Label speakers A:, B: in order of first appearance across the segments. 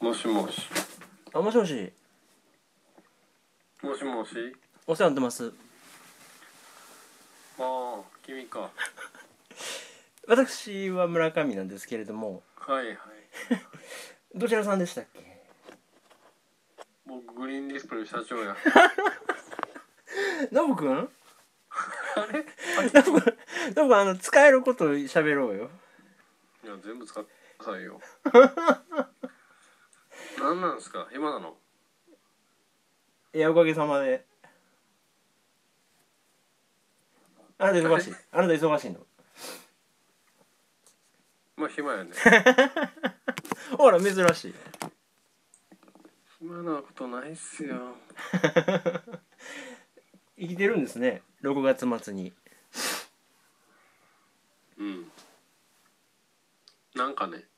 A: もしもし。
B: あもしもし
A: もしもし。
B: お世話になってます
A: ああ、君か。
B: 私は村上なんですけれども
A: はいはい。
B: どちらさんでしたっけ
A: 僕グリーンディスプレイ社長や。
B: ノブくん
A: あれ。い
B: ノブあの使えること喋ろうよ
A: や、全部使ってくださいよ。 なんなんですか、暇なの。
B: いやおかげさまであなた忙しいあなた忙しいの
A: まあ、暇 やね。
B: ほら珍しい
A: 暇なことないっすよ。
B: 生きてるんですね6月末に
A: うん。なんかね。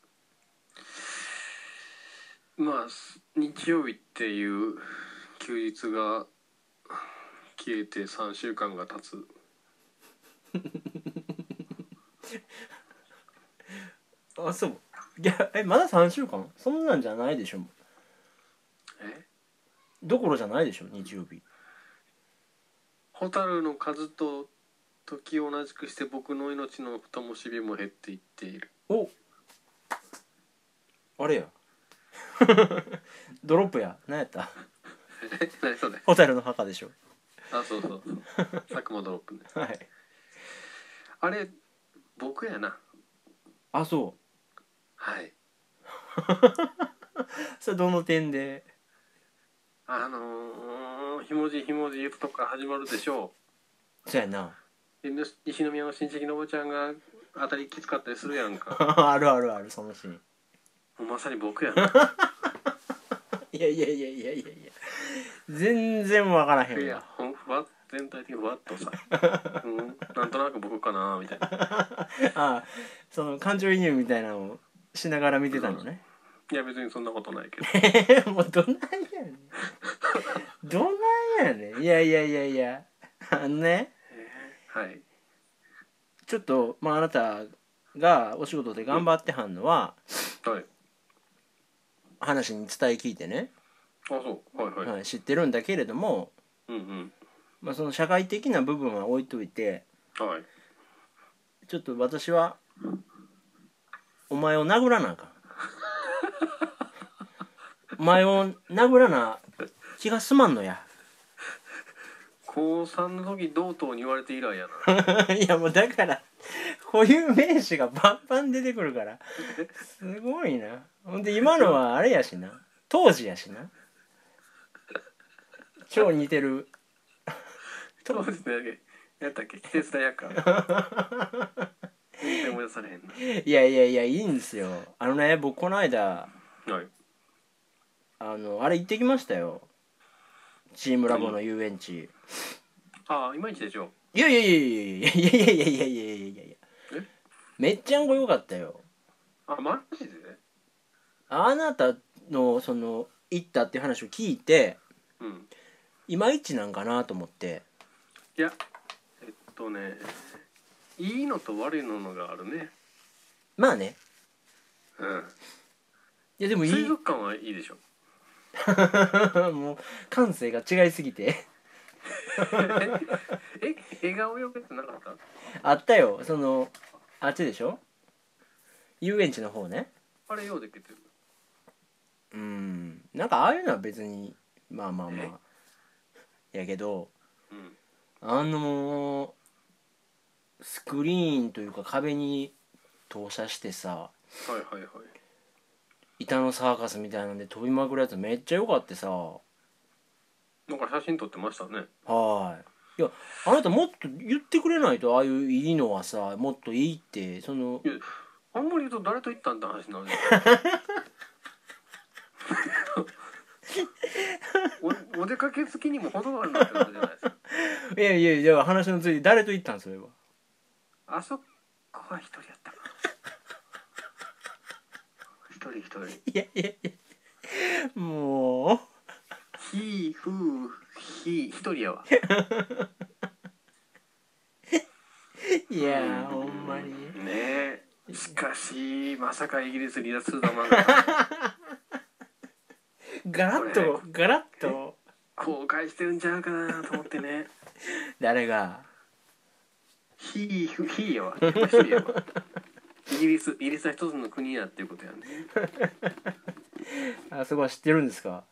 A: まあ、す日曜日っていう休日が消えて3週間が経つ。
B: あそういやえまだ3週間そんなんじゃないでしょ
A: え
B: どころじゃないでしょ日曜日
A: 蛍の数と時を同じくして僕の命の灯火も減っていっている
B: おあ れやドロップや何やった
A: え何それ
B: ホタルの墓でしょ
A: あそうそうそう佐久間ドロップね
B: はい
A: あれ僕やな
B: あそ
A: はい
B: うそれどの点で
A: あのー、ひもじいひもじい言うとか始まるでしょ
B: そうやな
A: うで西宮の親戚のおばちゃんが当たりきつかったりするやんか
B: あるあるあるそのシーン
A: もうまさに僕や ない
B: やいやいやいやいやいや全然わからへ
A: い
B: ん
A: や
B: わ
A: ほんわ全体的にわっとさ、うん、なんとなく僕かなみたいな
B: あその感情移入みたいなのをしながら見てたのね
A: いや別にそんなことないけど
B: もうどないやねんどないやねんいやいやいやいやあのね
A: はい
B: ちょっとまああなたがお仕事で頑張ってはんのは
A: はい
B: 話に伝え聞いてね、
A: あそうはいはい、
B: はい、知ってるんだけれども、
A: うんうん
B: まあ、その社会的な部分は置いといて
A: はい
B: ちょっと私はお前を殴らなあかんお前を殴らな気が済まんのや
A: 高3の時同等に言われて以来やな
B: いやもうだから固有名詞がバンバン出てくるからすごいなほんで今のはあれやしな当時やしな超似てる
A: そうですね やったっけ季節だや か全然思い出されへん
B: いやいやいやいいんですよあのね僕この間
A: なはい
B: あのあれ行ってきましたよチームラボの遊園地、
A: ああいまいちでしょ
B: いやいやいやいやいやいやいやいやいやいやいやいやいや
A: え
B: めっちゃんこ良かったよ
A: あマジで
B: あなたのその行ったっていう話を聞いて
A: うん
B: いまいちなんかなと思って
A: いやえっとねいいのと悪いののがあるね
B: まあね
A: うん
B: いやでもいい
A: 水族館はいいでしょ
B: もう感性が違いすぎて
A: え笑顔よけてなかった
B: あったよそのあっちでしょ遊園地の方ね
A: あれようできてる
B: うんなんかああいうのは別にまあまあまあやけど
A: うん
B: あのースクリーンというか壁に投射してさ
A: はいはいはい
B: 板のサーカスみたいなんで飛びまくるやつめっちゃ良かってさは
A: なんか写真撮ってましたね
B: ーいいやあなたもっと言ってくれないとああいういいのはさもっといいってその
A: あんまり言うと誰と行ったんって話にな るじゃんおお出かけ好きにも程があるなってことじゃないですか
B: いやいやいや話のついで誰と行ったんそれは
A: あそこは一人やった一人一人
B: いやいやいやもう
A: ひふうひ一人やわ
B: いやーほんまに
A: ねえしかしまさかイギリス離脱するとは思わなかった
B: ガラッとガラッと
A: 後悔してるんちゃうかなと思ってね
B: 誰が
A: ひふひやわやっぱ一人やわイギリスイギリスは一つの国やっていうことやね
B: あそこは知ってるんですか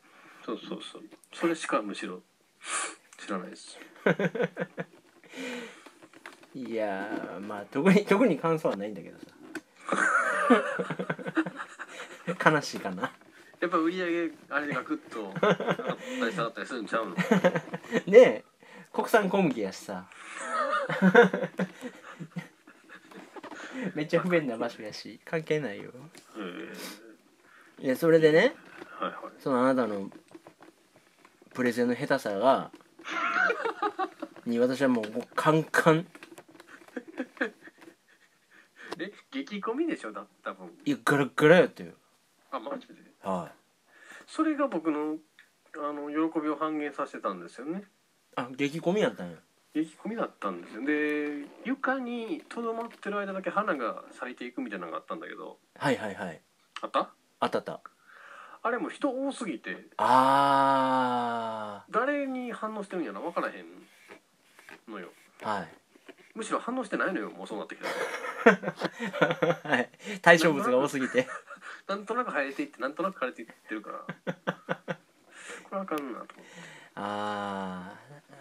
A: そうそうそうそれしかむしろ知らないです
B: いやーまあ特に特に感想はないんだけどさ 悲しいかな
A: やっぱ売り上げあれでガクッと上がったり下がったりするんちゃう の
B: ねえ国産小麦やしさめっちゃ不便な場所やし関係ないよ
A: えー
B: いやそれでね
A: はいはい
B: そのあなたのプレゼンの下手さがに私はもうもうカンカン
A: え激込みでしょだ多分
B: いやガラッガラやってよ
A: あマジで
B: はい
A: それが僕のあの喜びを半減させてたんですよね
B: あ激コミやったんや
A: 激込みだったんですよで床にとどまってる間だけ花が咲いていくみたいなのがあったんだけど
B: はいはいはい
A: あった
B: あったあった
A: あれも人多すぎて
B: あ
A: 誰に反応してるんやな分からへんのよ
B: ーはい
A: むしろ反応してないのよもうそうなってきたら
B: はい対象物が多すぎ て
A: なんとなく生えていってなんとなく枯れていってるから これあかんなと思って、
B: あ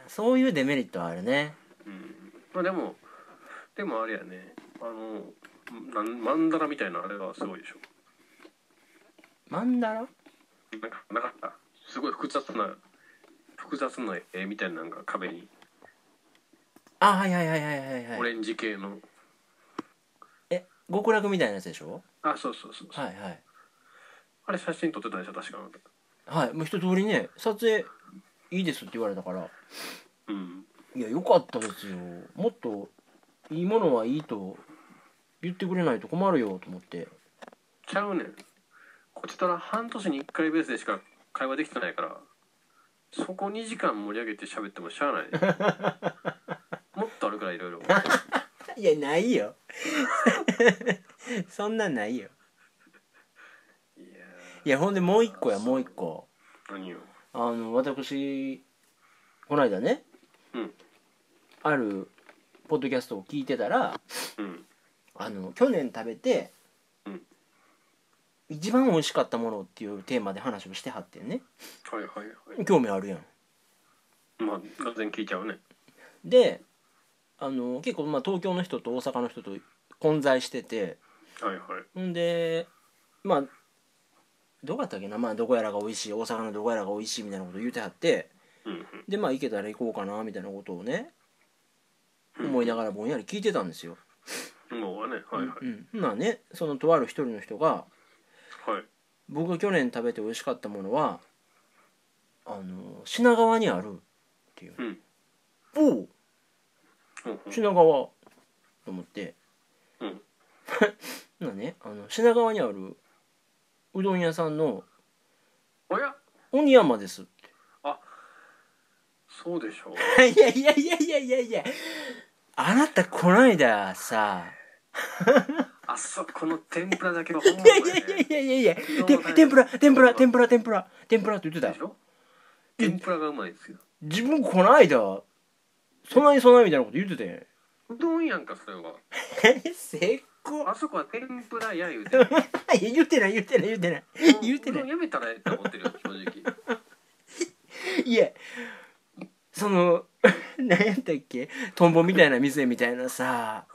B: ーそういうデメリットはあるね
A: うん、まあでもでもあれやねあのなんマンダラみたいなあれはすごいでしょ
B: マンダラ
A: なんかなかったすごい複雑な複雑な絵みたいなのが壁に、
B: あはいはいはいはいはい
A: オ
B: はい
A: レンジ系の
B: え極楽みたいなやつでしょ
A: あそうそうそうそう、
B: はいはい
A: あれ写真撮ってたでしょ確か
B: はいもう一通りね撮影いいですって言われたから
A: うん
B: いや良かったですよもっといいものはいいと言ってくれないと困るよと思って
A: ちゃうねんこちとら半年に1回ベースでしか会話できてないからそこ2時間盛り上げて喋ってもしゃあないねもっとあるからいろいろ
B: いやないよ そんなんないよ
A: いや
B: いやほんでもう一個やもう一個
A: 何よ
B: あの私この間ね
A: うん
B: あるポッドキャストを聞いてたら
A: うん
B: あの去年食べて、
A: うん
B: 一番美味しかったものっていうテーマで話をしてはってんね
A: はいはいは
B: 興味あるやん
A: いまあ当然聞いちゃうね
B: であの結構まあ東京の人と大阪の人と混在してて
A: はいはい
B: ほんでまあどこやったっけな、まあ、どこやらが美味しい大阪のどこやらが美味しいみたいなこと言うてはって
A: うんうん
B: でまあ行けたら行こうかなみたいなことをね
A: うん
B: 思いながらぼんやり聞いてたんですよ。
A: もうはねはいは
B: うん、まあねそのとある一人の人が
A: いはい
B: 「僕が去年食べて美味しかったものはあの品川にある」っていう
A: うん
B: 「おお
A: うんうん
B: 品川」と思って
A: うん
B: ほなねあの品川にあるうどん屋さんの
A: おや
B: 「鬼山です」って
A: そうでしょう
B: いやいやいやいやいやいやあなたこないださ
A: あそこの天ぷらだけは本
B: い
A: 物
B: や
A: や
B: い
A: ね
B: やいやいやいやいや
A: 昨日のね
B: て天ぷら天ぷら天ぷら天ぷら天ぷらって言って
A: で
B: た
A: しょ天ぷらがうまいんですけど
B: 自分こないだそないそないみたいなこと言ってたやん
A: うどんやんかそれは
B: え成功
A: あそこは天ぷらや言うてる
B: いや 言ってない言ってない言ってない言うて
A: う
B: な
A: どん
B: い
A: やめたらええって思ってるよ正直
B: いやその 何やったっけトンボみたいな店みたいなさ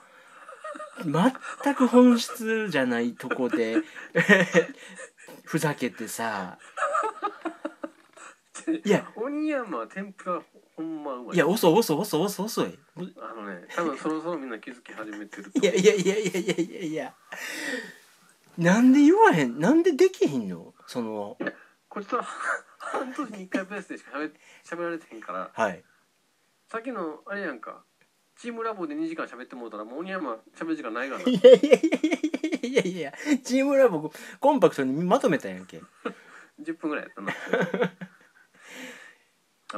B: 全く本質じゃないとこで ふざけてさいや
A: 鬼山は天ぷらほんまうまい
B: いや遅い遅い遅い遅い遅い
A: あのね多分そろそろみんな気づき始めてると
B: いやいやいやいやいやいやいやなんで言わへんなんでできひんのその
A: こっちとら半年に1回ペースでしか喋喋られてへんから
B: はい
A: さっきのあれやんかチームラボで2時間喋ってもうたらもう鬼山喋る時間ないからない
B: やいやいやいやいやいやチームラボコンパクトにまとめたやんけ
A: 10分ぐらいやったな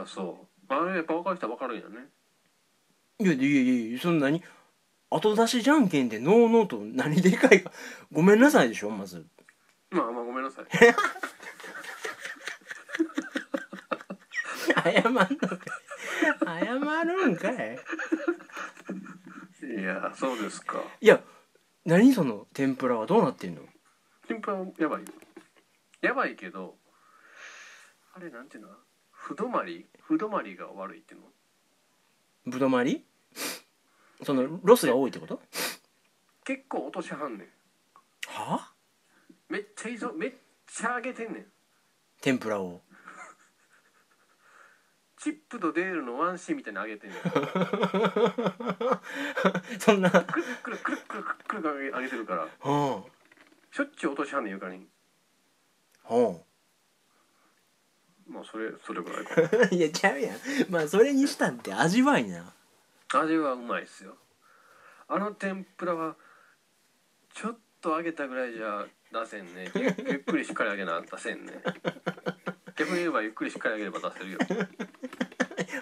A: あそうあれやっぱ若い人は分かるんやね
B: いやいやいやいやそんなに後出しじゃんけんでノーノーと何でかいかごめんなさいでしょまず
A: まあまあごめん なさい
B: 謝るのかい謝るんかい
A: いやそうですか
B: いや何その天ぷらはどうなってんの
A: 天ぷらもやばいよやばいけどあれなんていうの不止まり不止まりが悪いっていうの
B: ぶどまりそのロスが多いってこと
A: 結構落としはんねん
B: は
A: めっちゃいぞめっちゃ上げてんねん
B: 天ぷらを
A: チップとデールのワンシーンみたいに上げてんねんく
B: そんな
A: るくるくるくるくる上げてるから
B: うん
A: しょっちゅう落としはんねん床に
B: うん
A: まあそれそれぐらいか
B: いやちゃうやんまあそれにしたって味わいな
A: 味はうまいっすよあの天ぷらはちょっと揚げたぐらいじゃ出せんねゆゆっくりしっかり揚げな出せんね逆に言えばゆっくりしっかり揚げれば出せるよ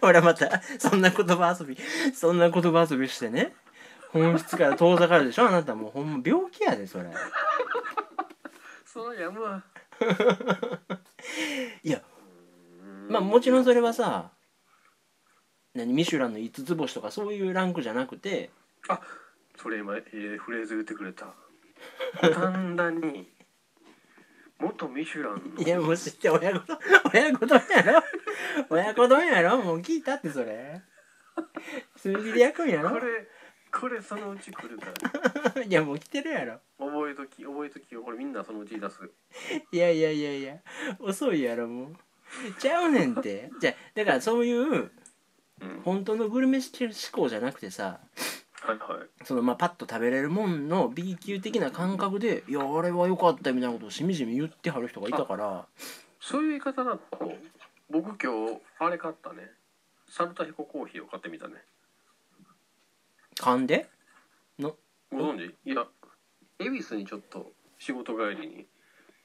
B: ほらまたそんな言葉遊びそんな言葉遊びしてね本質から遠ざかるでしょあなたもうほんま病気やでそれ
A: そのやむはい
B: やまあもちろんそれはさ何ミシュランの5つ星とかそういうランクじゃなくて
A: あそれ今、えーフレーズ言ってくれた五反田に元ミシュランの
B: いやもう知って親子丼親子丼やろ親子丼やろもう聞いたってそれ炭火で焼くんや
A: こ
B: ろ
A: れこれそのうち来るから
B: いやもう来てるやろ
A: 覚えとき覚えときよこれみんなそのうち出す
B: いやいやいやいや遅いやろもうちゃうねんって じゃあだからそういう
A: うん
B: 本当のグルメ思考じゃなくてさ
A: はいはい
B: そのまあパッと食べれるもんの B 級的な感覚で「いやあれは良かった」みたいなことをしみじみ言ってはる人がいたから
A: そういう言い方だと僕今日あれ買ったねサルタヒココーヒーを買ってみたね
B: 勘で
A: ご存知いや恵比寿にちょっと仕事帰りに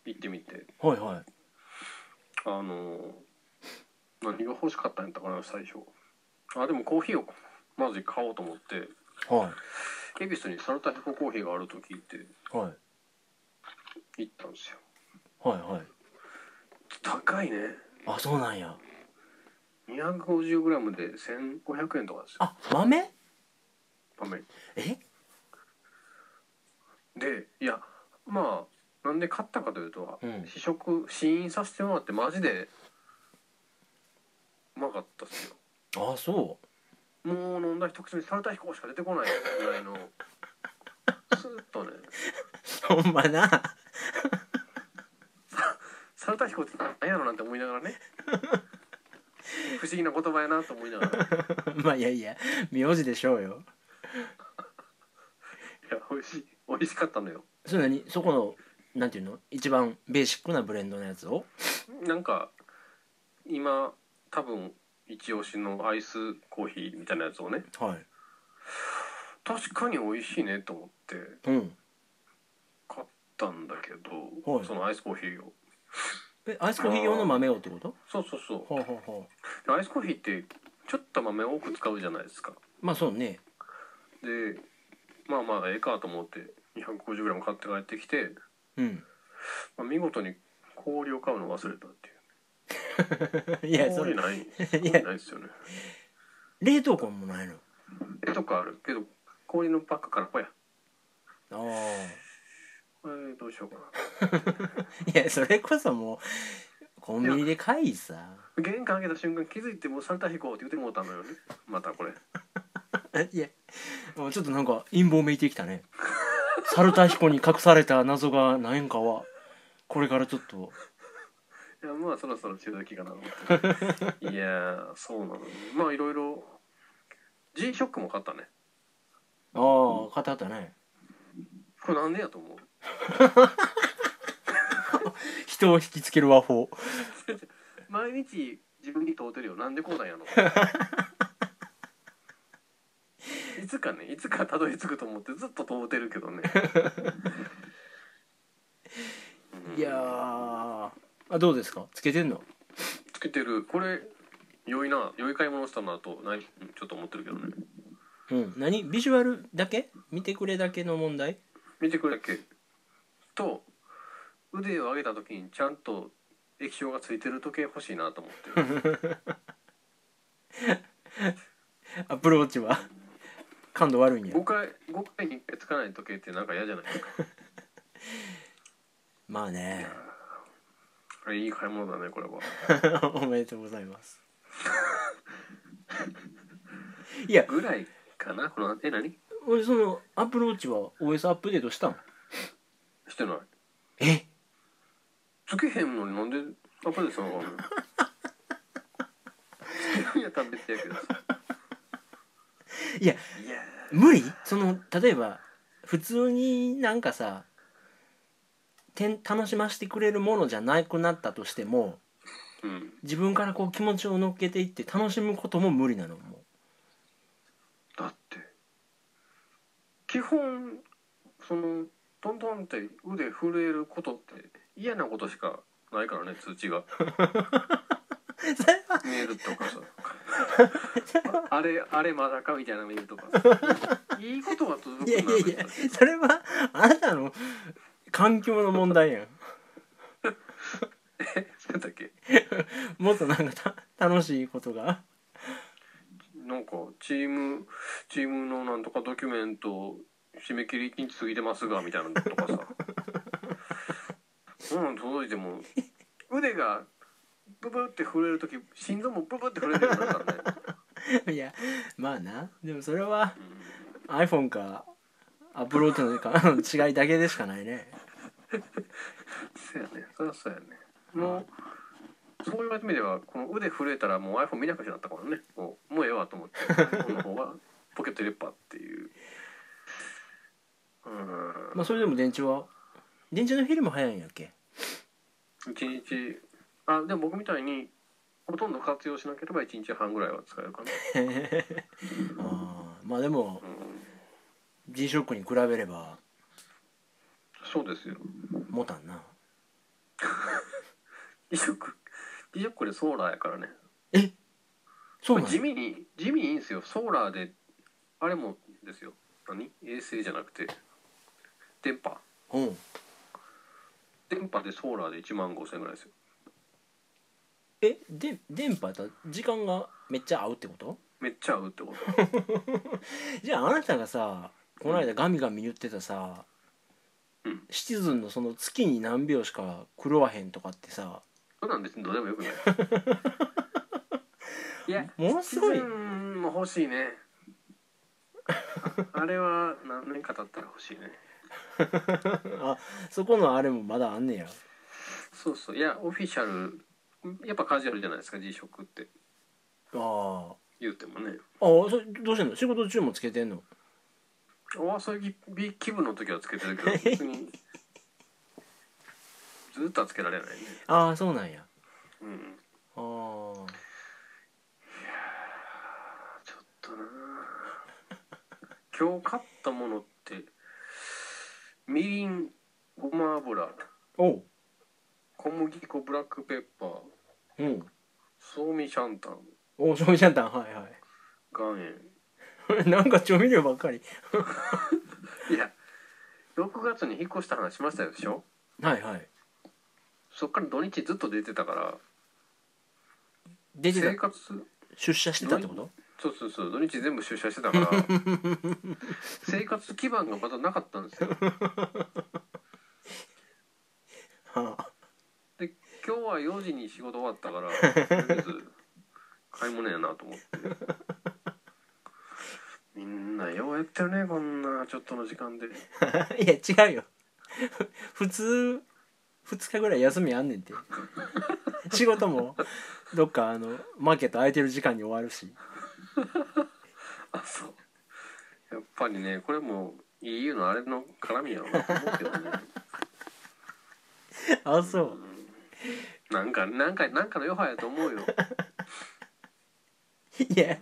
A: 行ってみて
B: はいはい
A: あのー何が欲しかったんやったかな最初あでもコーヒーをまず買おうと思って
B: は
A: 恵比寿にサルタヒココーヒーがあると聞いて
B: いはい
A: 行ったんですよ
B: はいはい
A: 高いね
B: あそうなんや
A: 250g で1500円とかですよ
B: あ豆
A: 豆
B: え
A: でいやまあなんで買ったかというと、
B: うん
A: 試食試飲させてもらってマジでうまかったっすよ
B: あそう
A: もう飲んだ一口目サルタヒコしか出てこないぐらいのスーッとね
B: ほんまな
A: サルタヒコって何やろなんて思いながら ね不思議な言葉やなと思いながらい
B: まあいやいや名字でしょうよ
A: や美味しい美味しかったのよ
B: それ何そこのなんていうの一番ベーシックなブレンドのやつを
A: なんか今多分一押しのアイスコーヒーみたいなやつをね
B: はい
A: 確かに美味しいねと思って
B: うん
A: 買ったんだけど、
B: はい
A: そのアイスコーヒーを
B: えアイスコーヒー用の豆をってこと
A: そうそうそ
B: ほうほうほう
A: うアイスコーヒーってちょっと豆多く使うじゃないですか
B: まあそうね
A: でまあまあええかと思って 250g 買って帰ってきて、
B: うん
A: まあ、見事に氷を買うの忘れたっていう
B: いやそ
A: 氷
B: れ
A: ない
B: い
A: 氷
B: や
A: ないですよね
B: 冷凍庫もないの
A: えとかあるけど氷のパックからほや
B: ああ
A: これどうしようか
B: いやそれこそもうコンビニで買いさ
A: な玄関開けた瞬間気づいてもうサルタヒコって言ってもうたのよねまたこれ
B: いやもうちょっとなんか陰謀めいてきたねサルタヒコに隠された謎が何円かはこれからちょっと
A: いやまあそろそろ梅雨時かなと思って いやーそうなのまあいろいろ G ショックも買ったね
B: ああ買ってあったね
A: これなんでやと思う
B: 人を引きつける和法
A: 毎日自分に問うてるよなんでこうなん やのいつかねいつかたどり着くと思ってずっと問うてるけど ねうん
B: いやーあどうですかつけてんの
A: つけてるこれ良いな良い買い物したなとないうんちょっと思ってるけどね
B: うん何ビジュアルだけ見てくれだけの問題
A: 見てくれだけと腕を上げた時にちゃんと液晶がついてる時計欲しいなと思って る
B: アプローチは感度悪いんや
A: 5回5回に1回つかない時計ってなんか嫌じゃない ですか
B: まあ ね
A: あれいい買い物だねこれは
B: おめでとうございますいや
A: ぐらいかなこのえ何
B: 俺そのアプローチは OS アップデートしたん
A: してない
B: え
A: つけへんのになんでアップデートしたの かなつけるんやったら別やけどさ
B: いや
A: いや
B: 無理その例えば普通になんかさてん楽しませてくれるものじゃなくなったとしても
A: ーうん
B: 自分からこう気持ちを乗っけていって楽しむことも無理なのも
A: だって基本そのトントンって腕震えることって嫌なことしかないからね通知が
B: うそれは
A: メールとかさ あれあれまだかみたいなメールと かさいいことは続く
B: いやい
A: んだ
B: やいやそれはあなたの環境の問題やん
A: なんだっけ
B: もっとなんかた楽しいことが
A: なんかチームチームのなんとかドキュメント締め切り1日過ぎてますがみたいなのとか さそんなの届いても腕がブブって震える時心臓もブブって震えてるんだからね、
B: いやまあなでもそれは
A: うん
B: iPhone かアプローチのか の違いだけでしかないね
A: そうやねそりゃそうやねもうそう言われてみればこの腕震えたらもう iPhone 見なくなったからねもうもうええわと 思って iPhone の方がポケット入れっぱっていううん
B: まあそれでも電池は電池の減りも早いんやっけ
A: 一日あでも僕みたいにほとんど活用しなければ一日半ぐらいは使えるかな、
B: あーまあでも
A: うん、
B: G ショックに比べれば
A: そうですよ
B: 持たんな
A: 移植移植これソーラーやからね
B: そうなん
A: 地味に地味にいいんですよソーラーであれもですよ何衛星じゃなくて電波
B: うん
A: 電波でソーラーで1万5000円ぐらいですよ
B: えで電波やったら時間がめっちゃ合うってこと
A: めっちゃ合うってこと
B: じゃああなたがさこの間ガミガミ言ってたさ、
A: うん
B: シチズンのその月に何秒しか狂わへんとかってさ
A: そんなん別にどうでもよくない いや
B: ものすごい
A: シチズンも欲しいねああれは何年か経ったら欲しいね
B: あそこのあれもまだあんねや
A: そうそういやオフィシャルやっぱカジュアルじゃないですか G ショックって
B: あー
A: 言うてもね
B: あーそれどうしてんの仕事中もつけてんの
A: お遊び気分の時はつけてるけど別にずっとはつけられないね
B: ああそうなんや
A: うん
B: あー
A: ちょっとな今日買ったものってみりんごま油
B: おう
A: 小麦粉ブラックペッパー
B: うん
A: そうみシャンタン
B: おおそうじゃんたんはいは
A: 岩塩
B: い なんか調味料ばっかり
A: いや6月に引っ越した話しましたでしょ
B: はいはい
A: そっから土日ずっと出てたから
B: 出て
A: 生
B: た
A: 活
B: 出社してたってこと
A: そうそうそう土日全部出社してたから生活基盤がまだなかったんですよ
B: はあ
A: で今日は4時に仕事終わったからとりあえず買い物やなと思ってみんなようやってるねこんなちょっとの時間で
B: いや違うよ普通2日ぐらい休みあんねんて仕事もどっかあのマーケット空いてる時間に終わるし
A: あそうやっぱりねこれも EU のあれの絡みやろうなと思うけどね
B: あそう
A: なんかなんかなんかの余波やと思うよ
B: いや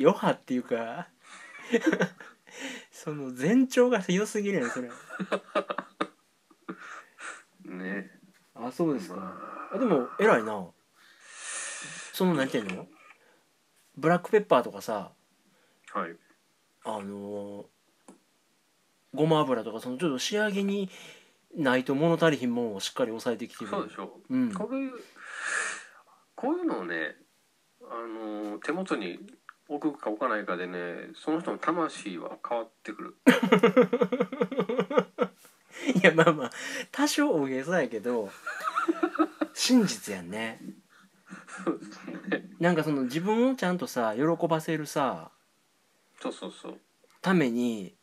B: 余波っていうか その前兆が良すぎるやんそれ
A: ね
B: あそうですかあでも偉いなその何ていうのブラックペッパーとかさ
A: はい
B: あのーごま油とかそのちょっと仕上げにないと物足りひんもんをしっかり抑えてきてる
A: そうでしょ
B: う
A: うんこういうこういうのをねあの手元に置くか置かないかでねその人の魂は変わってくる
B: いやまあまあ多少大げさやけど真実やんね
A: そうですね
B: なんかその自分をちゃんとさ喜ばせるさ
A: そうそうそう
B: ために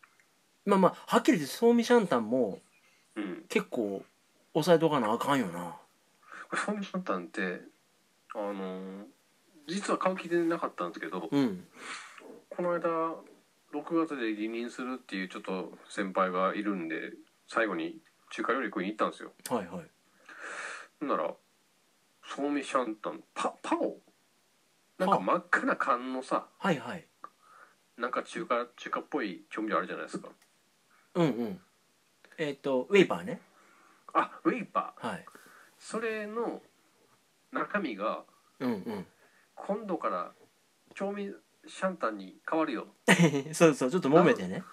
B: まあまあはっきり言ってソーミシャンタンも
A: うん
B: 結構抑えとかなあかんよな
A: これソンビシャンタンってあの実は買う気でなかったんですけど
B: うん
A: この間6月で離任するっていうちょっと先輩がいるんで最後に中華料理食いに行ったんですよ
B: はいはい
A: ほんならソーミシャンタンパパオなんか真っ赤な缶のさ
B: はいはい
A: なんか中華中華っぽい調味料あるじゃないですか
B: うんうんえっ、とウェイパーね
A: あウェイパー
B: はい
A: それの中身が
B: うんうん
A: 今度から調味シャンタンに変わるよ
B: そうそうちょっと揉めてね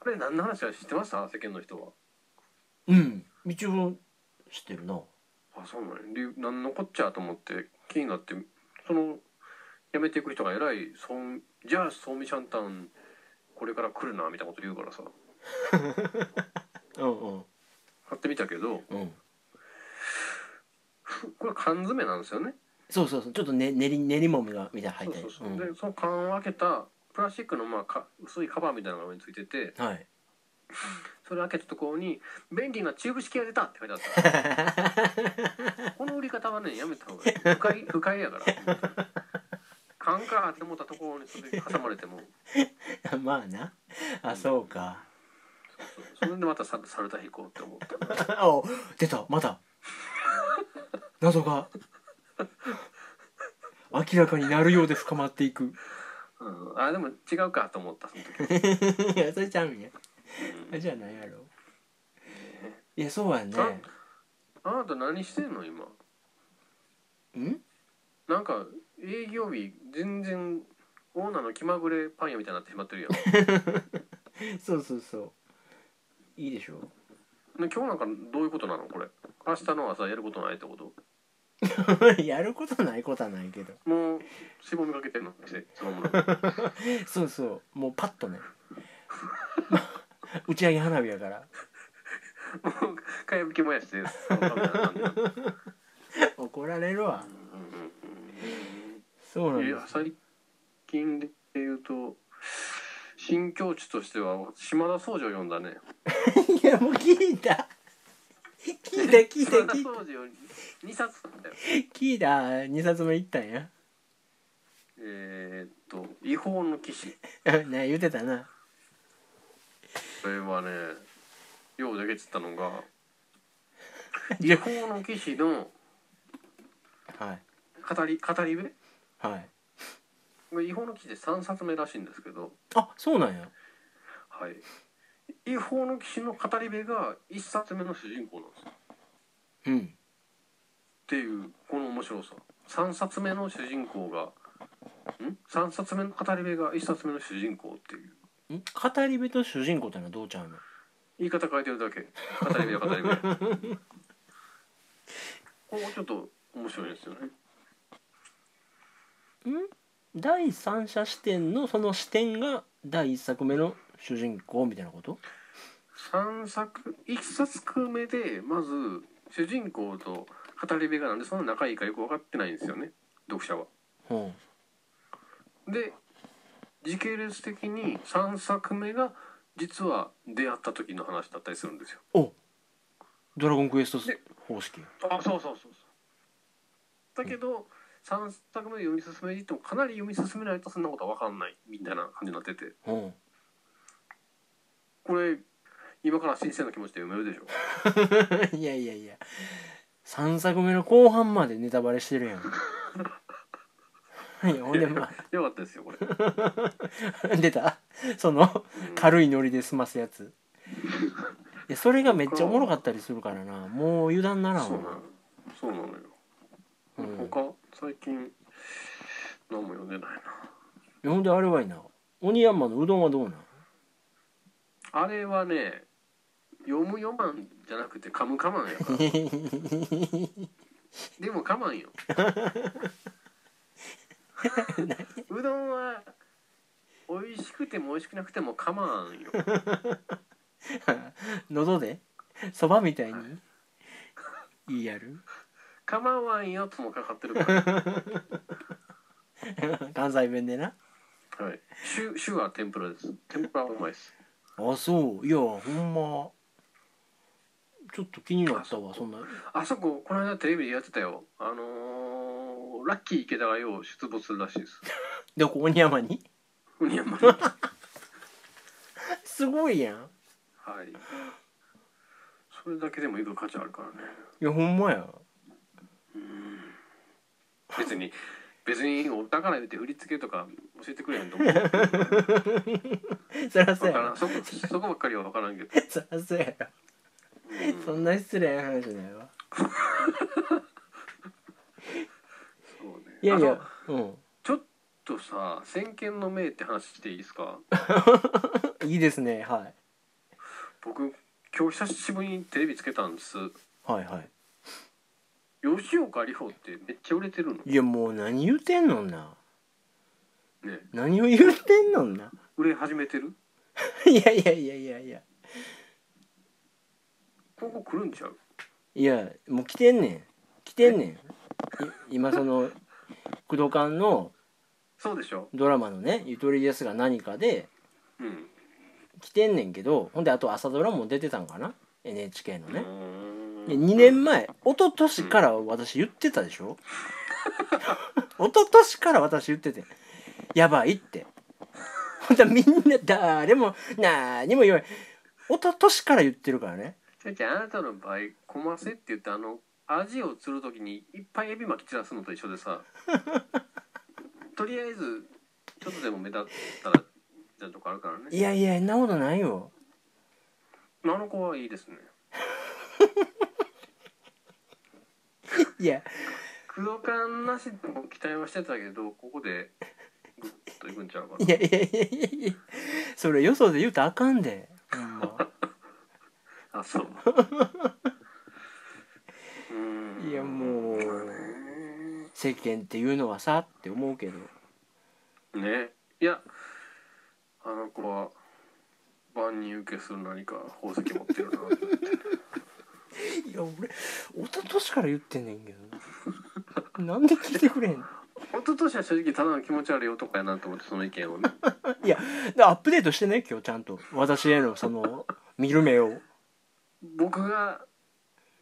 A: あれ何の話か知ってました世間の人は
B: うん道を知ってるな
A: あそうなの理何のこっちゃと思って気になってその辞めていく人が偉いそんじゃあソーミシャンタンこれから来るなみたいなこと言うからさ
B: うんうん
A: 買ってみたけど
B: うん
A: ふこれ缶詰なんですよね、
B: そうそうそうちょっと、ね、練り練りもみがみたいな入
A: そう
B: って
A: そうそ
B: る
A: うう、
B: ん
A: でその缶を開けたプラスチックのまあか薄いカバーみたいなのが上についてて
B: はい
A: それ開けたところに「便利なチューブ式が出た!」って書いてあったこの売り方はねやめた方がいい不快不快やから缶かって思ったところにそれ挟まれても
B: まあなあそうか
A: そうそれでまたさサルタ引こうって思った
B: お出たまた謎が明らかになるようで深まっていく
A: うん、あでも違うかと思ったその時、
B: いやそれちゃうんや
A: うん
B: じゃないやろいやそうやね
A: あなた何してんの今
B: ん
A: なんか営業日全然オーナーの気まぐれパン屋みたいになってしまってるやん
B: そうそうそういいでしょ
A: 今日なんかどういうことなのこれ明日の朝やることないってこと
B: う やることないことはないけど
A: もうしぼみかけてんの店そのもの
B: そうそうもうパッとね 打ち上げ花火やから
A: もうかやぶき燃やしてそのカメラなんでうん
B: 怒られるわそう
A: う
B: なん
A: うんんい
B: で
A: や
B: す
A: 最近で言うと新境地としては島田総司を呼んだね
B: いやもう聞いた聞いた聞いた
A: 島田
B: 聞いた
A: 総司を2冊だったよ
B: 聞いた2冊目行ったんや
A: えーっと「違法の騎士
B: な言うてたな」
A: これはねようだけっつったのが「違法の騎士」の
B: はい
A: 語り語り部
B: はい
A: これ違法の騎士で3冊目らしいんですけど、
B: あそうなんや
A: はい、違法の騎士の語り部が1冊目の主人公なんですよ
B: うん
A: っていうこの面白さ3冊目の主人公がん3冊目の語り部が1冊目の主人公っていうん
B: 語り部と主人公ってのはどうちゃうの
A: 言い方変えてるだけ語り部は語り部これもちょっと面白いですよね
B: 第三者視点のその視点が第一作目の主人公みたいなこと
A: 3作1作目でまず主人公と語り部がなんでそんな仲いいかよく分かってないんですよね読者は。
B: うん
A: で時系列的に3作目が実は出会った時の話だったりするんですよ。
B: おドラゴンクエスト
A: で
B: 方式
A: あそうそうそうそう。だけど3作目で読み進めに行ってもかなり読み進めないとそんなことは分かんないみたいな感じになってて
B: うん
A: これ今から新鮮な気持ちで読めるでしょ。
B: いやいやいや3作目の後半までネタバレしてるやん いやほんでま
A: よかったですよ これ。
B: あ 出たその
A: うん
B: 軽いノリで済ますやついやそれがめっちゃおもろかったりするからなもう油断ならん
A: そう
B: わ
A: なのそうなのよ、
B: うん
A: 他最近何も読んでないな
B: えほんであれはいな鬼山のうどんはどうなん
A: あれはね読む読まんじゃなくて噛む噛まんやからでも噛まんようどんは美味しくても美味しくなくても噛まんよ
B: 喉でそばみたいに言いやる
A: 噛まわんよともかかってるから、
B: 関西弁でな
A: はい、シュシュは天ぷらです天ぷらはうまいです
B: あそういやほんまちょっと気になったわそんな
A: あそここの間テレビでやってたよあのーラッキー池田がよう出没するらしいです
B: どこ鬼山に
A: ウニヤマにはい
B: すごいやん
A: それだけでもいく価値あるからね
B: いやほんまや
A: 別に別にお宝言って振り付けとか教えてくれへんと思うわ
B: そらそう
A: か
B: や
A: ら
B: ろ
A: んそこそこばっかりは分からんけど、
B: そらそうやろ
A: うん
B: そんな失礼な話だよ
A: そうね
B: いやい
A: あの
B: やうん
A: ちょっとさ先見の明って話していいですか
B: いいですね、はい、
A: 僕今日久しぶりにテレビつけたんです
B: はいはい
A: 吉岡里帆ってめっちゃ売れてるの
B: いやもう何言うてんのんな
A: ね
B: 何を言うてんのんな
A: 売れ始めてる
B: いやいやいやいやいや
A: 今後来るんちゃう
B: いやもう来てんねん来てんねんい今その工藤館の
A: そうでしょ
B: ドラマのね「ゆとりですが何か」で
A: うん
B: 来てんねんけどほんであと朝ドラも出てたんかな NHK の
A: う
B: ね
A: ーん
B: いや2年前一昨年から私言ってたでしょ一昨年から私言っててやばいってほんとみんな誰も何も言わない一昨年から言ってるからね
A: じゃあじゃああなたの場合「こませ」って言ってあのアジを釣る時にいっぱいエビ巻き散らすのと一緒でさとりあえずちょっとでも目立ったらじゃとかあるから
B: い
A: ね
B: やいやそんなことないよ
A: あの子はいいですね
B: いや
A: 工藤感なしでも期待はしてたけどここでグッといくんちゃうかない
B: やいやいやいやいやそれよそで言うとあかんでほんま
A: あそううーん
B: いやもう
A: う
B: 世間っていうのはさって思うけど
A: ねいやあの子は万人受けする何か宝石持ってるなって
B: いや俺一昨年から言ってんねんけどななんで聞いてくれへんの
A: 一昨年は正直ただの気持ち悪い男やなと思ってその意見をね
B: いやでアップデートしてね今日ちゃんと私へのその見る目を
A: 僕が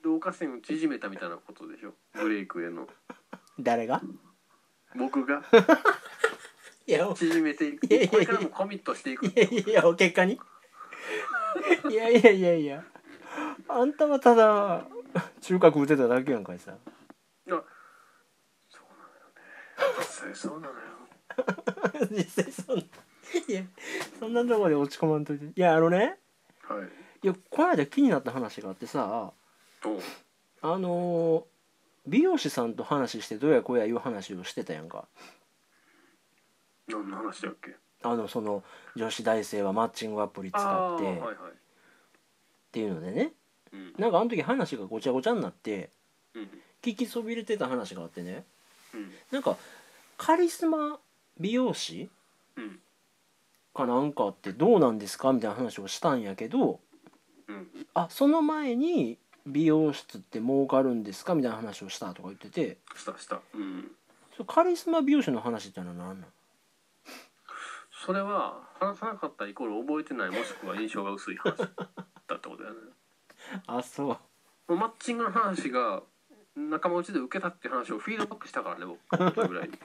A: 導火線を縮めたみたいなことでしょブレイクへの
B: 誰が
A: 僕が
B: いやお
A: 縮めていく
B: いやいやいや
A: これからもコミットしていく
B: いやいやお結果にいやいやいやいやあんたはただ中核打てただけやんかいさ
A: あそうなのよね実際そうなのよ
B: 実際そんないやそんなとこで落ち込まんといていやあのね
A: はい
B: いやこの間気になった話があってさ
A: どう
B: あのー美容師さんと話してどうやこうやいう話をしてたやんか
A: 何の話だっけ
B: あのその女子大生はマッチングアプリ使
A: あ
B: っ
A: あ
B: て
A: ーはい
B: っ
A: はい
B: ていうのでね
A: うん
B: なんかあの時話がごちゃごちゃになって
A: うん
B: 聞きそびれてた話があってね
A: うん
B: なんかカリスマ美容師
A: うん
B: かなんかってどうなんですかみたいな話をしたんやけど
A: うん
B: あその前に美容室って儲かるんですかみたいな話をしたとか言ってて
A: したしたうん
B: そのカリスマ美容師の話ってのは何なの
A: それは話さなかったイコール覚えてないもしくは印象が薄い話だってことだよね
B: あそう
A: もうマッチングの話が仲間内で受けたって話をフィードバックしたからね僕これぐらいに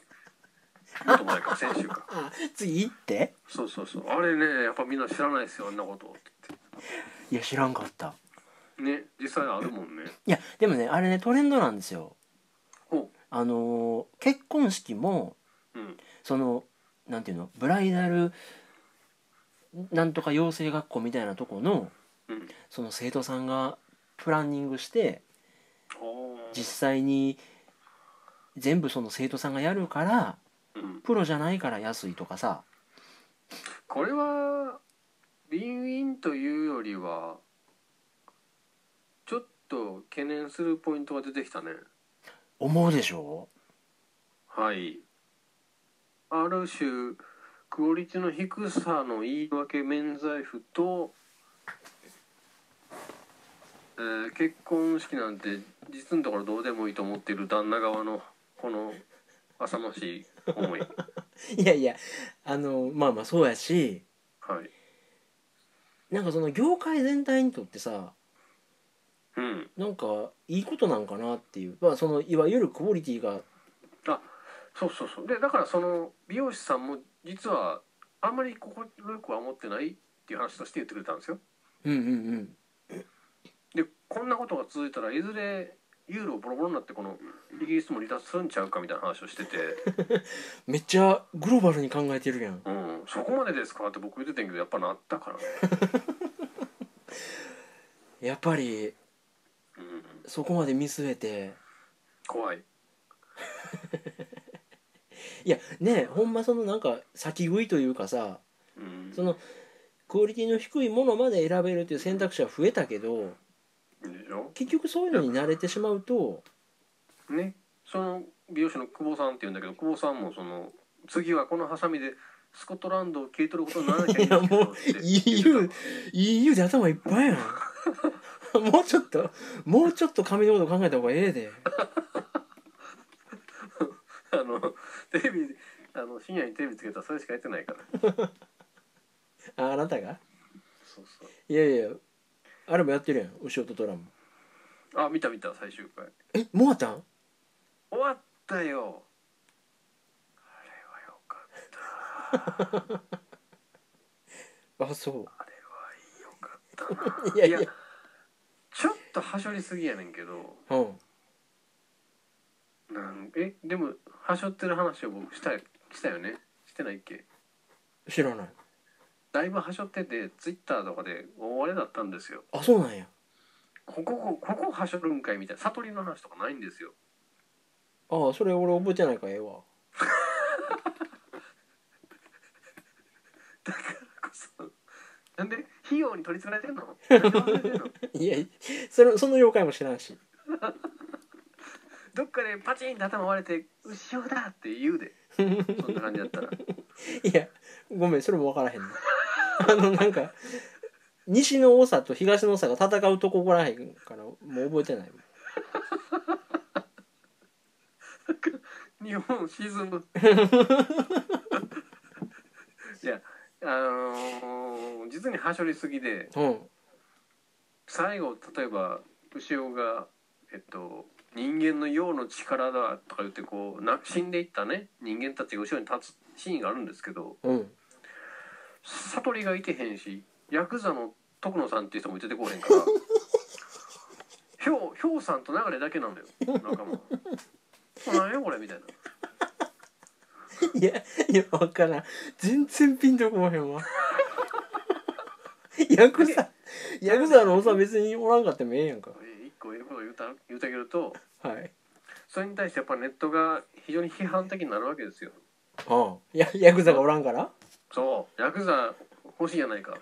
A: もっと前か先週か
B: あ次行って
A: そうそうそうあれねやっぱみんな知らないですよあんなことって
B: いや知らんかった
A: 言ってね実際あるもんね
B: いやでもねあれねトレンドなんですよ
A: ほ
B: あのー結婚式も
A: ううん
B: そのなんていうのブライダルなんとか養成学校みたいなとこの
A: うん
B: その生徒さんがプランニングして
A: あー
B: 実際に全部その生徒さんがやるから
A: うん、
B: プロじゃないから安いとかさ
A: これはビンウィンというよりはちょっと懸念するポイントが出てきたね
B: 思うでしょ
A: はいある種クオリティの低さの言い訳免罪符と、えー結婚式なんて実のところどうでもいいと思っている旦那側のこの浅ましい思いはい
B: やいやあのまあまあそうやし
A: い
B: なんかその業界全体にとってさ
A: うん
B: なんかいいことなんかなっていうまあそのいわゆるクオリティが
A: そうそうそうでだからその美容師さんも実はあんまり心よくは思ってないっていう話として言ってくれたんですよ
B: うんうんうん
A: でこんなことが続いたらいずれユーロボロボロになってこのイギリスも離脱するんちゃうかみたいな話をして て
B: めっちゃグローバルに考えてるやん
A: うん、そこまでですかって僕言ってたんやけどやっぱなったからね、
B: やっぱり
A: うん、
B: そこまで見据えて
A: 怖い
B: いやねえほんまそのなんか先食いというかさ
A: うん
B: そのクオリティの低いものまで選べるという選択肢は増えたけど
A: でしょ
B: 結局そういうのに慣れてしまうと
A: ねその美容師の久保さんっていうんだけど久保さんもその次はこのハサミでスコットランドを切り取ることにならなきゃいけないけど
B: いやもう
A: って言ってた
B: EU, EU で頭いっぱいやん もうちょっともうちょっと紙のこと考えた方がええで
A: あのテレビあの深夜にテレビつけたらそれしかやってないから
B: ああなたが
A: そうそう
B: いやいやあれもやってるやん後ろとトラも
A: あ見た見た最終回
B: えもうあったん
A: 終わったよあれはよかった
B: あそ
A: あれはいいよかったな
B: ういやいや
A: いやちょっとはしょりすぎやねんけど
B: うん
A: なんえでもはしょってる話を僕したしたよねしてないっけ
B: 知らない
A: だいぶはしょっててツイッターとかで大荒れだったんですよ
B: あそうなんや
A: こここここはしょるんかいみたいな悟りの話とかないんですよ
B: ああそれ俺覚えてないからええわ
A: だからこそなんで費用に取りつかれてんの 何忘れてんの
B: いやそれその妖怪も知らんし
A: どっかでパチンと頭割れて「後ろだ!」って言うでそんな感じだったら
B: いやごめんそれも分からへんね あのなんか西の多さと東の多さが戦うとここらへんからもう覚えてないもん
A: 日本沈むいやあのー実にはしょりすぎで
B: うん
A: 最後例えば牛尾が、えっと「人間の陽の力だ」とか言ってこうな死んでいったね人間たちが後ろに立つシーンがあるんですけど
B: うん
A: 悟りがいてへんしヤクザの徳野さんっていう人も出てこうへんから ひょうひょうさんと流れだけなんだよなんか もう「なんやこれ」みたいない
B: やいや分からん全然ピンとこへんわ ヤクザヤクザのおっさん別におらんかってもええやんか
A: え一個ええこと言うた言うてあげると
B: はい
A: それに対してやっぱネットが非常に批判的になるわけですよ
B: ああやヤクザがおらんから
A: そうヤクザ欲しいやないかで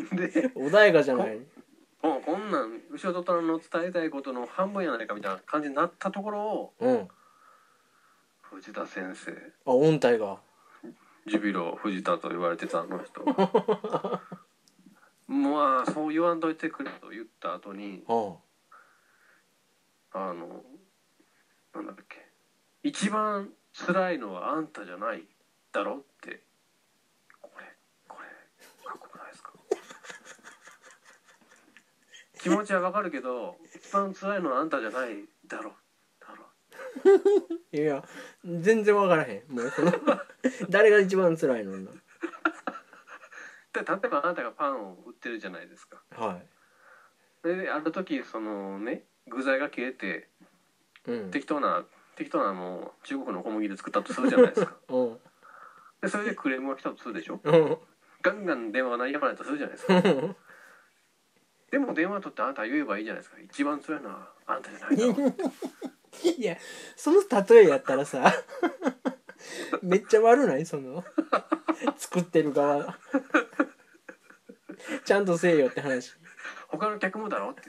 B: 穏やかじゃない
A: もうこんなん後ろと虎の伝えたいことの半分やないかみたいな感じになったところを
B: うんあ
A: 藤田先生
B: 音体が
A: ジュビロ藤田と言われてたあの人まあそう言わんといてくれと言った後に
B: あ
A: あのなんだっけ一番辛いのはあんたじゃないだろってこれこれかっこよくないですか気持ちはわかるけど一番辛いのはあんたじゃないだろだろ
B: あいや全然分からへんもうその 誰が一番辛いのな
A: で例えばあなたがパンを売ってるじゃないですか
B: は
A: それである時そのね具材が切れて
B: いうん
A: 適当な適当なあの中国の小麦で作ったとするじゃないですか
B: うん
A: でそれでクレームが来たとするでしょ
B: うん
A: ガンガン電話が鳴りやまないとするじゃないですかでも電話取ってあなたは言えばいいじゃないですか一番辛いのはあんたじゃないだろう
B: いやその例えやったらさめっちゃ悪ないその作ってる側ちゃんとせえよって話
A: 他の客もだ ろって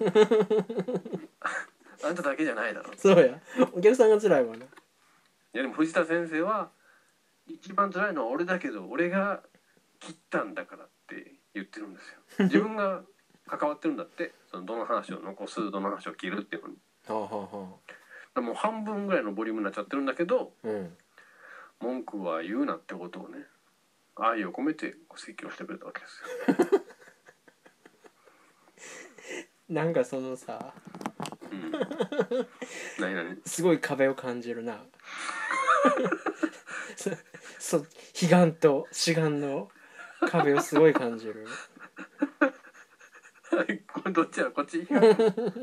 A: あんただけじゃないだろい
B: そうやお客さんが辛いわな
A: やでも藤田先生は一番辛いのは俺だけど俺が切ったんだからって言ってるんです よ自分が関わってるんだってそのどの話を残すどの話を切るっていうのに
B: はあはあは
A: だからもう半分ぐらいのボリュームになっちゃってるんだけど
B: あうん
A: 文句は言うなってことをね愛を込めてご説教してくれたわけですよ
B: なんかそのさ
A: うん、何何
B: すごい壁を感じるなそそ悲願と志願の壁をすごい感じる
A: これどっちやこっ ちう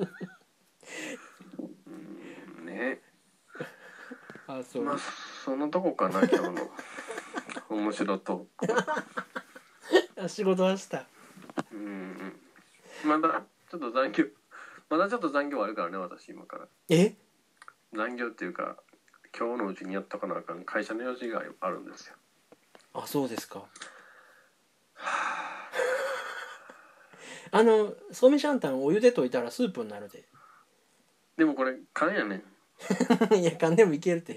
A: んね
B: あそう、
A: まあそのとこかな 今日の面白と
B: あ仕事はした
A: うんまだちょっと残業まだちょっと残業あるからね私今から
B: え
A: 残業っていうか今日のうちにやっとかなあかん会社の用事があるんですよ
B: あそうですかあのそうめんシャンタンお湯で溶いたらスープになるで
A: でもこれ勘やねん
B: いやかんでもいけるって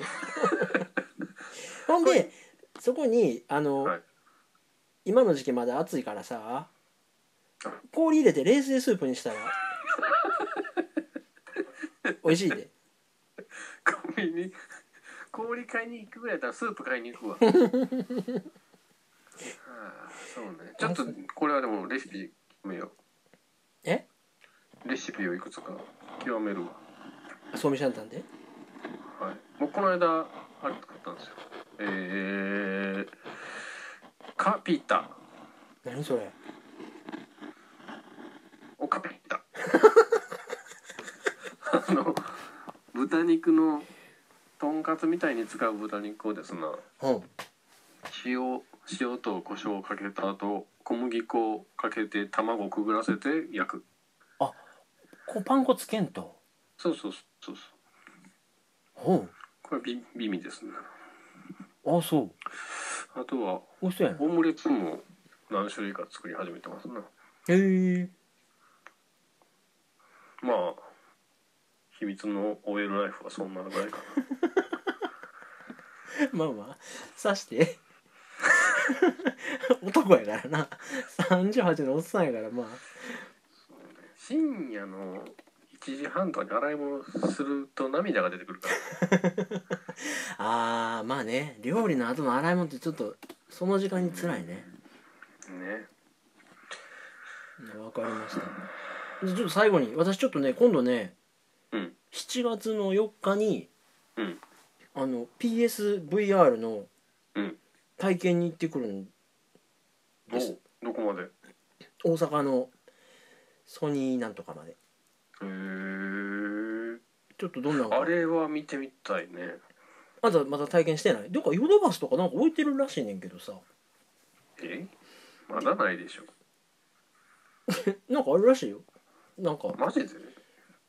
B: ほんでそこにあの、
A: はい
B: 今の時期まだ暑いからさ
A: あ
B: 氷入れて冷製スープに したら美味しいで
A: コンビニ氷買いに行くぐらいだったらスープ買いに行くわはあそうねちょっとこれはでもレシピ決めよう
B: え
A: レシピをいくつか極めるわ
B: あそうめんシャンタンで
A: はい僕この間あれ作ったんですよえー、カピタ
B: 何それ
A: おカピタ あの豚肉のとんかつみたいに使う豚肉をですね
B: うん
A: 塩塩と胡椒をかけた後小麦粉をかけて卵をくぐらせて焼く
B: こパン粉つけんと
A: そうそうそうそう
B: うん
A: これビビミですね
B: あそう
A: あとは
B: 美味しそうや
A: オムレツも何種類か作り始めてますね
B: へえ
A: まあ秘密の OL ライフはそんなぐらいかな
B: まあまあ刺して 男やからな38のおっさんやからまあ
A: 深夜の1時半とかに洗い物すると涙が出てくるから
B: あーまあね料理の後の洗い物ってちょっとその時間に辛いね
A: ね
B: わかりましたじゃあちょっと最後に私ちょっとね今度ね
A: うん
B: 7月の4日に
A: うん
B: あの PSVR の
A: うん
B: 体験に行ってくるん
A: ど
B: です
A: どこまでへ
B: 大阪のソニーなんとかまで
A: え
B: ちょっとどんなのか
A: あれは見てみたいね
B: あんたまだ体験してないどっかヨドバシとかなんか置いてるらしいねんけどさ
A: えまだないでしょ
B: なんかあるらしいよなんか
A: マジで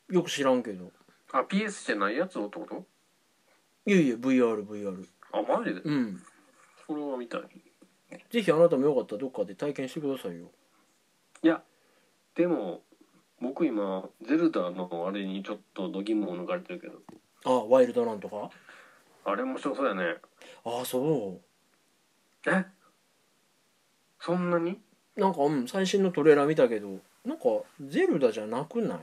B: よく知らんけど
A: あ PS じゃないやつをってこと
B: いやいや VRVR
A: あマジで
B: うん
A: それは見たい
B: ぜひあなたもよかったらどっかで体験してくださいよ
A: いやでも僕今ゼルダのあれにちょっと度肝を抜かれてるけど
B: あワイルドなんとか
A: あれ面白そうやね
B: ああそ
A: えそんなに
B: うなんかうん最新のトレーラー見たけどなんかゼルダじゃなくない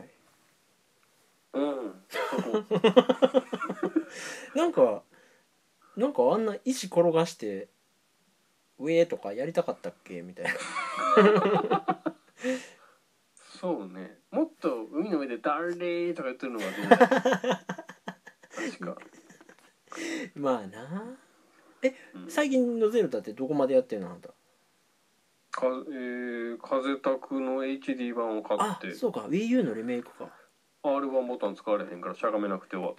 A: うん そこ
B: なんかなんかあんな石転がして「ウェー」とかやりたかったっけみたいな
A: そうねもっと海の上で「誰ー」とか言ってるのがどうだ確か、
B: ま
A: う
B: あな
A: ん、か
B: 最近のゼルダってどこまでやってんのあんた
A: えー、風拓の HD 版を買っ
B: あ
A: て
B: そうか WiiU のリメイクか
A: R1 ボタン使われへんからしゃがめなくて終わ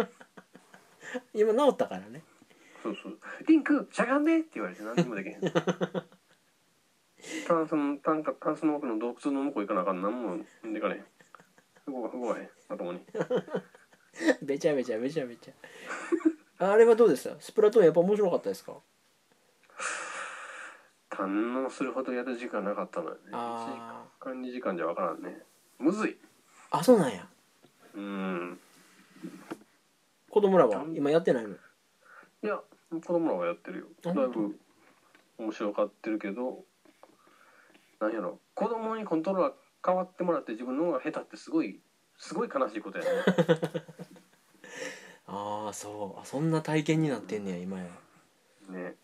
A: った
B: 今治ったからね
A: そうそう「リンクしゃがんで!」って言われて何にもできへ んタンスのタンタンスの奥の洞窟の向こう行かなあかん何もでかれへん動か動かへんまともに
B: ベべちゃべちゃべちゃべちゃあれはどうでしたスプラトゥーンやっぱ面白かったですか
A: 堪能するほどやる時間なかったのよね1時
B: あ
A: 間2時間じゃ分からんねむずい
B: ーあそうなんや
A: うん
B: 子供らは今やってないの
A: いや子供らはやってるよだ
B: あ
A: いぶ面白がってるけどなんやろ子供にコントローラー変わってもらって自分の方が下手ってすごいすごい悲しいことやね
B: ああそうあそんな体験になってんねや今や
A: ね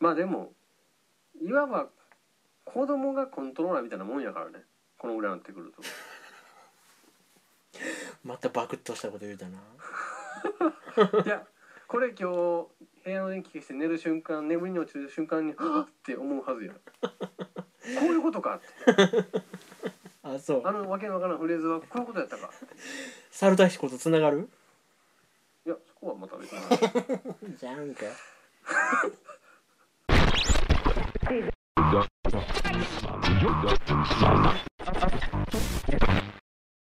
A: まあでもいわば子供がコントローラーみたいなもんやからねこのぐらいになってくると
B: またバクッとしたこと言うたない
A: やこれ今日部屋の電気消して寝る瞬間眠りに落ちる瞬間に「はっ!」って思うはずやこういうことかって
B: あそう
A: あのわけのわからんフレーズはこういうことやったか
B: 猿大志ことつながる
A: いやそこはまた別の話
B: じゃんか
C: Yo, yo,